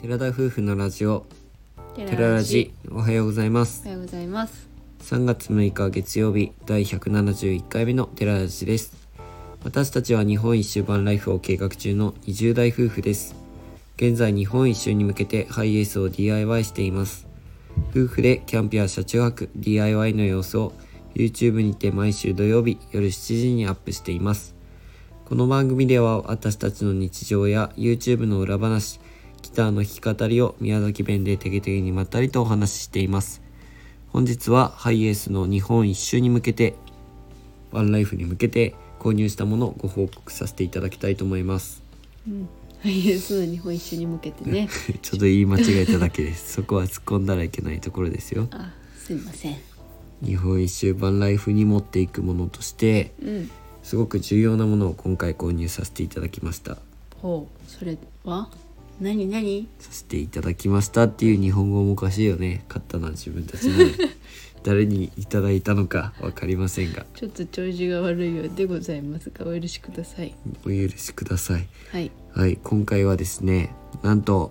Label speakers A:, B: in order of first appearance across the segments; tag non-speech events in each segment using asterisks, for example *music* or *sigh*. A: 寺田夫婦のラジオ
B: テ
A: 寺ラジおはようございま
B: お
A: す
B: はようございます
A: 3月6日月曜日第171回目の寺ラジです私たちは日本一周版ライフを計画中の20代夫婦です現在日本一周に向けてハイエースを DIY しています夫婦でキャンプや車中泊 DIY の様子を YouTube にて毎週土曜日夜7時にアップしていますこの番組では私たちの日常や YouTube の裏話ギターの弾き語りを宮崎弁でテゲテゲにまったりとお話ししています本日はハイエースの日本一周に向けてワンライフに向けて購入したものをご報告させていただきたいと思います *laughs*
B: ハイエースの日本一周に向けてね
A: ちょっと言い間違えただけです *laughs* そこは突っ込んだらいけないところですよ
B: あすいません
A: 日本一周版ライフに持っていくものとして
B: うん
A: すごく重要なものを今回購入させていただきました
B: ほうそれは何何
A: させていただきましたっていう日本語もおかしいよね買ったのは自分たちなのに誰にいただいたのか分かりませんが
B: ちょっと調子が悪いようでございますがお許しください
A: お許しください
B: はい
A: はい今回はですねなんと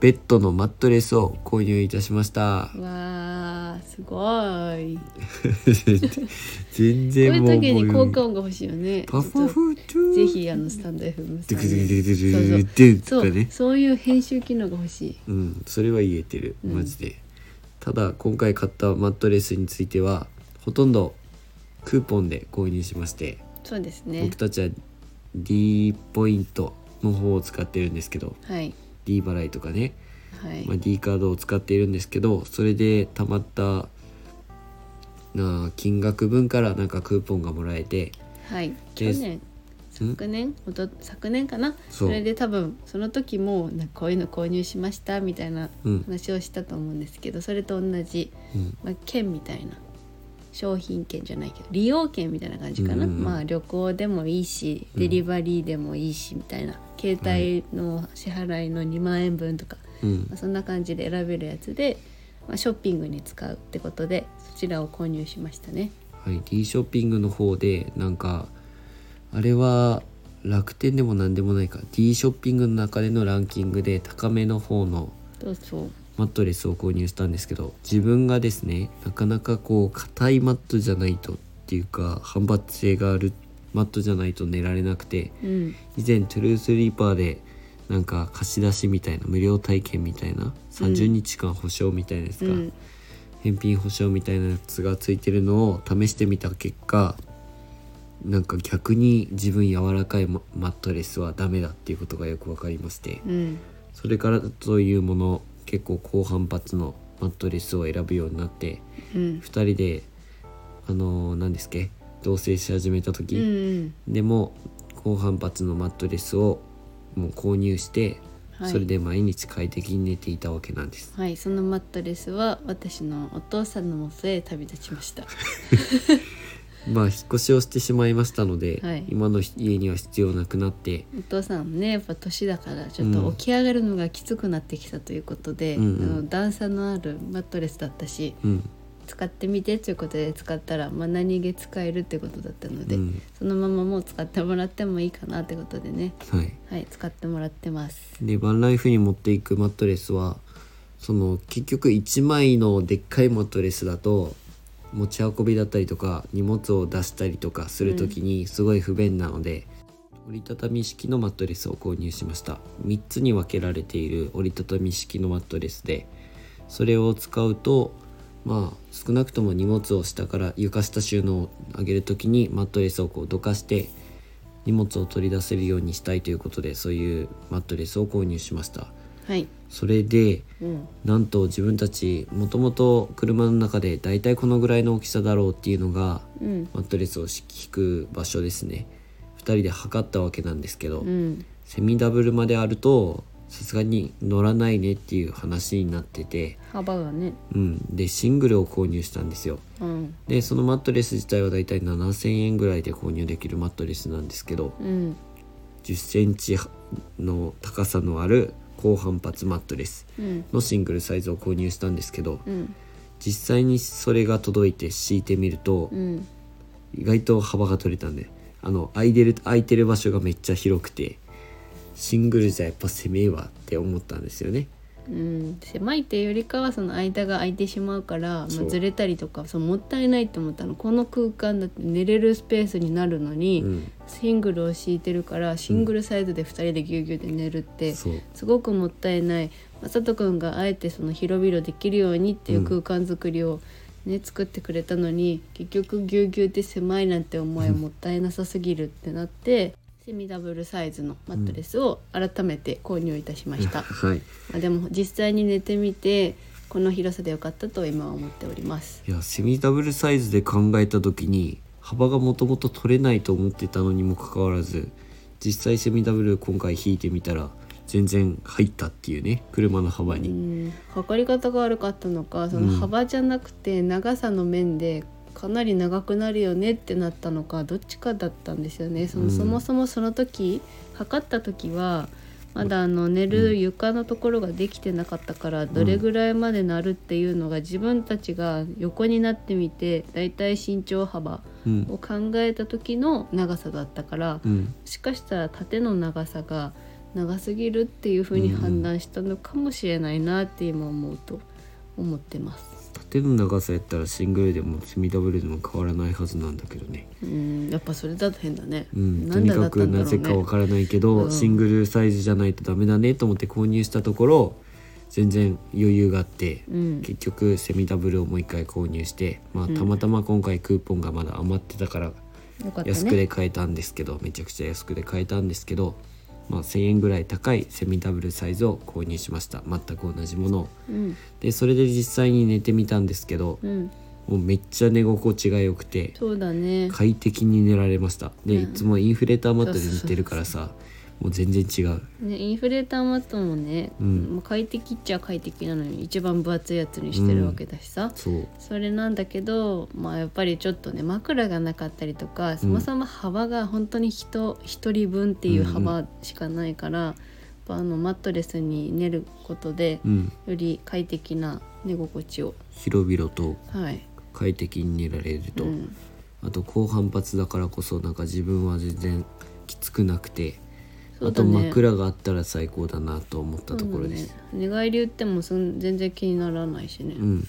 A: ベッドのマットレスを購入いたしました
B: わーすごいこ
A: 全
B: うい
A: 然
B: う
A: もう
B: 時に
A: もう
B: 効果音が欲しいよね
A: パフォフトゥー
B: ぜひあのスタンド FM
A: ド
B: さ
A: ゥク
B: ん
A: ドゥクド
B: で
A: ゥクドゥクドゥク
B: そ
A: と
B: う
A: かね
B: そういう編集機能が欲しい
A: うんそれは言えてる
B: うん
A: マジで、ただ今回買ったマットレスについてはほとんどクーポンで購入しまして
B: そうですね
A: 僕たちは D ポイントの方を使ってるんですけど
B: はい
A: D 払いとかね、
B: はい、
A: まあ、D カードを使っているんですけどそれで貯まったなあ金額分からなんかクーポンがもらえて
B: はい去
A: で
B: 年昨年おと昨年かな
A: そ
B: そうれで多分その時もなんかこういうの購入しましたみたいな
A: うん
B: 話をしたと思うんですけどそれと同じ、
A: うん
B: まあ、券みたいな商品券じゃないけど利用券みたいな感じかな、
A: うんうんうん
B: まあ旅行でもいいしデリバリーでもいいしみたいな、携帯の支払いの2万円分とか、
A: うん
B: まあ、そんな感じで選べるやつで、まあ、ショッピングに使うってことでそちらを購入しましたね。
A: はい、D ショッピングの方でなんかあれは楽天でも何でもないか D ショッピングの中でのランキングで高めの方の
B: そうそう
A: マットレスを購入したんですけど自分がですねなかなかこう硬いマットじゃないとっていうか反発性があるマットじゃないと寝られなくて
B: うん
A: 以前トゥルースリーパーでなんか貸し出しみたいな無料体験みたいな30日間保証みたいなやつ
B: う
A: が、
B: ん
A: 返品保証みたいなやつがついてるのを試してみた結果なんか逆に自分柔らかいママットレスはダメだっていうことがよく分かりまして
B: うん
A: それからというもの結構高反発のマットレスを選ぶようになって
B: うん
A: 2人であのー何ですっけ同棲し始めた
B: う
A: 時、
B: ん
A: でも高反発のマットレスをもう購入して、
B: はい
A: それで毎日快適に寝ていたわけなんです。
B: はい、そのマットレスは私のお父さんのもとへ旅立ち
A: *laughs*
B: ました。
A: まあ引っ越しをしてしまいましたので、
B: はい
A: 今の家には必要なくなって、
B: お父さんね、やっぱ年だからちょっと起き上がるのがきつくなってきたということで、
A: うんうん
B: あの段差のあるマットレスだったし、
A: うん、
B: 使ってみてということで使ったら、まあ何気使えるってことだったので、
A: うん
B: そのままもう使ってもらってもいいかなってことでね、
A: はい。
B: はい、使ってもらってます。
A: でバンライフに持っていくマットレスはその結局1枚のでっかいマットレスだと持ち運びだったりとか荷物を出したりとかする時にすごい不便なので、折りたたみ式のマットレスを購入しました3つに分けられている折りたたみ式のマットレスでそれを使うとまあ少なくとも荷物を下から床下収納を上げる時にマットレスをこうどかして荷物を取り出せるようにしたいということでそういうマットレスを購入しました
B: はい、
A: それで
B: うん、
A: なんと自分たちもともと車の中でだいたいこのぐらいの大きさだろうっていうのが
B: うん、
A: マットレスを敷く場所ですね2人で測ったわけなんですけど、
B: うん、
A: セミダブルまであるとさすがに乗らないねっていう話になってて、
B: 幅がね、
A: うん、でシングルを購入したんですよ
B: うん、
A: でそのマットレス自体はだいたい7,000円ぐらいで購入できるマットレスなんですけど
B: うん、
A: 1 0センチの高さのある高反発マットレス
B: うん、
A: のシングルサイズを購入したんですけど
B: うん、
A: 実際にそれが届いて敷いてみると
B: うん、
A: 意外と幅が取れたんであの空いてる空いてる場所がめっちゃ広くてシングルじゃやっぱ攻めえわって思ったんですよね。
B: うん、狭いっていうよりかはその間が空いてしまうから、まあ、
A: そう
B: ずれたりとかそうもったいないと思ったのこの空間だって寝れるスペースになるのに、
A: うん、
B: シングルを敷いてるからシングルサイズで2人でぎゅうぎゅうで寝るって、
A: そう
B: すごくもったいない雅人君があえてその広々できるようにっていう空間づくりを、ね作ってくれたのに結局ぎゅうぎゅうで狭いなんて思いはもったいなさすぎるってなって。セミダブルサイズのマットレスを改めて購入いたしました。
A: はい
B: まあ、でも実際に寝てみてこの広さで良かったと今は思っております
A: いやセミダブルサイズで考えた時に幅がもともと取れないと思ってたのにもかかわらず実際セミダブル今回引いてみたら全然入ったっていうね車の幅
B: う
A: に、
B: ん測り方が悪かったのかその幅じゃなくて長さの面でかなり長くなるよねってなったのかどっちかだったんですよねその、
A: うん
B: そもそもその時測った時はまだあの寝る床のところができてなかったからどれぐらいまでなるっていうのが自分たちが横になってみてだいたい身長幅
A: うん
B: を考えた時の長さだったから、
A: うん、
B: もしかしたら縦の長さが長すぎるっていう風に判断したのかもしれないなって今思うと思ってます。
A: 縦の長さやったらシングルでもセミダブルでも変わらないはずなんだけどね、
B: うん、やっぱそれだと変だね。
A: うん、と
B: なん
A: に
B: だだ
A: か
B: った
A: く
B: んだ
A: な
B: ろう
A: ぜかわ
B: ね。
A: からないけど、
B: うん
A: シングルサイズじゃないとダメだねと思って購入したところ全然余裕があって、
B: うん、
A: 結局セミダブルをもう一回購入して、まあ、
B: うん
A: たまたま今回クーポンがまだ余ってたから
B: よかった
A: 安く
B: ね。
A: で買えたんですけど、めちゃくちゃ安くで買えたんですけど、まあ、1,000円ぐらい高いセミダブルサイズを購入しました全く同じものを
B: うん、
A: でそれで実際に寝てみたんですけど
B: うん、
A: もうめっちゃ寝心地が良くて
B: そうだね。
A: 快適に寝られましたで
B: う
A: い
B: ん
A: つもインフレーターマットで寝てるからさもう全然違う
B: ね、インフレーターマットもね、
A: うん
B: まあ快適っちゃ快適なのに一番分厚いやつにしてるわけだしさ。
A: そう
B: それなんだけど、まあ、やっぱりちょっとね枕がなかったりとかそもそも幅が本当に人一人分っていう幅しかないから、やっぱあのマットレスに寝ることで
A: うん
B: より快適な寝心地を、
A: 広々と
B: はい
A: 快適に寝られると、
B: うん
A: あと高反発だからこそなんか自分は全然きつくなくて、
B: そう
A: あ
B: だ
A: と
B: ね
A: 枕があったら最高だなと思ったところです
B: そうだね寝返り打ってもそん全然気にならないしね
A: う、ん、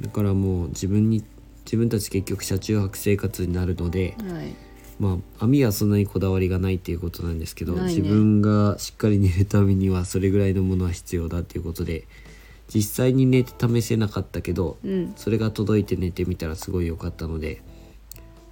A: だからもう自分に自分たち結局車中泊生活になるので、
B: はい
A: まあ網はそんなにこだわりがないっていうことなんですけど、
B: ないね
A: 自分がしっかり寝るためにはそれぐらいのものは必要だっていうことで実際に寝て試せなかったけど、
B: うん
A: それが届いて寝てみたらすごい良かったので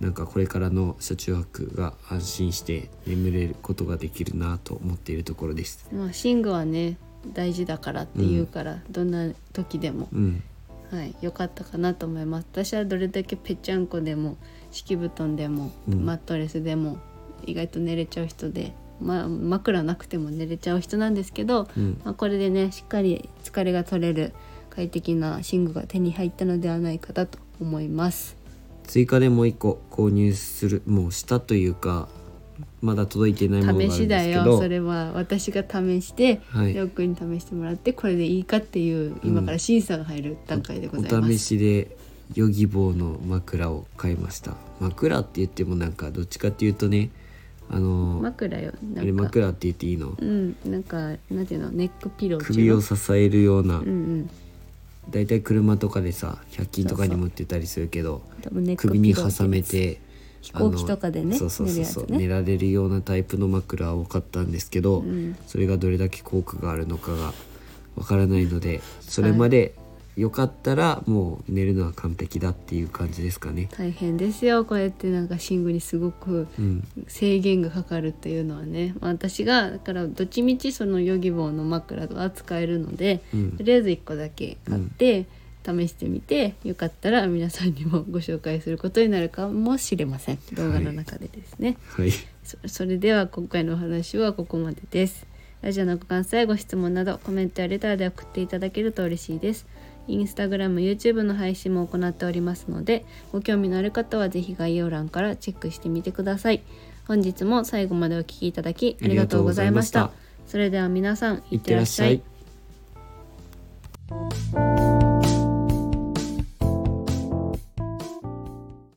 A: なんかこれからの車中泊が安心して眠れることができるなと思っているところです。
B: まあ、寝具はね大事だからっていうから、どんな時でも
A: うん、
B: はい、良かったかなと思います。私はどれだけぺっちゃんこでも敷布団でも、
A: うん
B: マットレスでも意外と寝れちゃう人で、まあ、枕なくても寝れちゃう人なんですけど、
A: うん
B: まあ、これでねしっかり疲れが取れる快適な寝具が手に入ったのではないかだと思います。
A: 追加でもう一個購入するもうしたというかまだ届いていないものが
B: 試
A: ある
B: し
A: んで
B: だ
A: すけど
B: よそれは私が試して、
A: はい
B: よくに試してもらってこれでいいかっていう今から審査が入る段階でございま
A: お試
B: す。
A: しでヨギボーの枕を買いました枕って言ってもなんかどっちかっていうとねあの
B: 枕よなんか
A: あれ枕って言っていいの
B: うん、なんかなんていうのネックピローってい
A: 首
B: う
A: を
B: の
A: 支えるような、
B: うんうん
A: だいたい車とかでさ100均とかにも売ってたりするけど
B: 多分ネック
A: 首
B: ピ
A: に
B: ローって
A: 挟めて
B: 飛行機とかでね
A: あのそうそうそうそう、
B: 寝るやつね
A: 寝られるようなタイプの枕を買ったんですけど、
B: ん
A: それがどれだけ効果があるのかがわからないのでそれまでよかったらもう寝るのは完璧だっていう感じですかね。
B: 大変ですよこうやってなんか寝具にすごく
A: うん、
B: 制限がかかるっていうのはね、まあ私がだからどっちみちそのヨギボーの枕は使えるので、
A: うん
B: とりあえず1個だけ買って、試してみてよかったら皆さんにもご紹介することになるかもしれません動画の中でですね。
A: はい
B: そそれでは今回のお話はここまでですラジオのご感想やご質問などコメントやレターで送っていただけると嬉しいですインスタグラム YouTube の配信も行っておりますのでご興味のある方はぜひ概要欄からチェックしてみてください本日も最後までお聞きいただきありがとうございました
A: ありがとうござい
B: それでは皆さん
A: いってらっしゃい。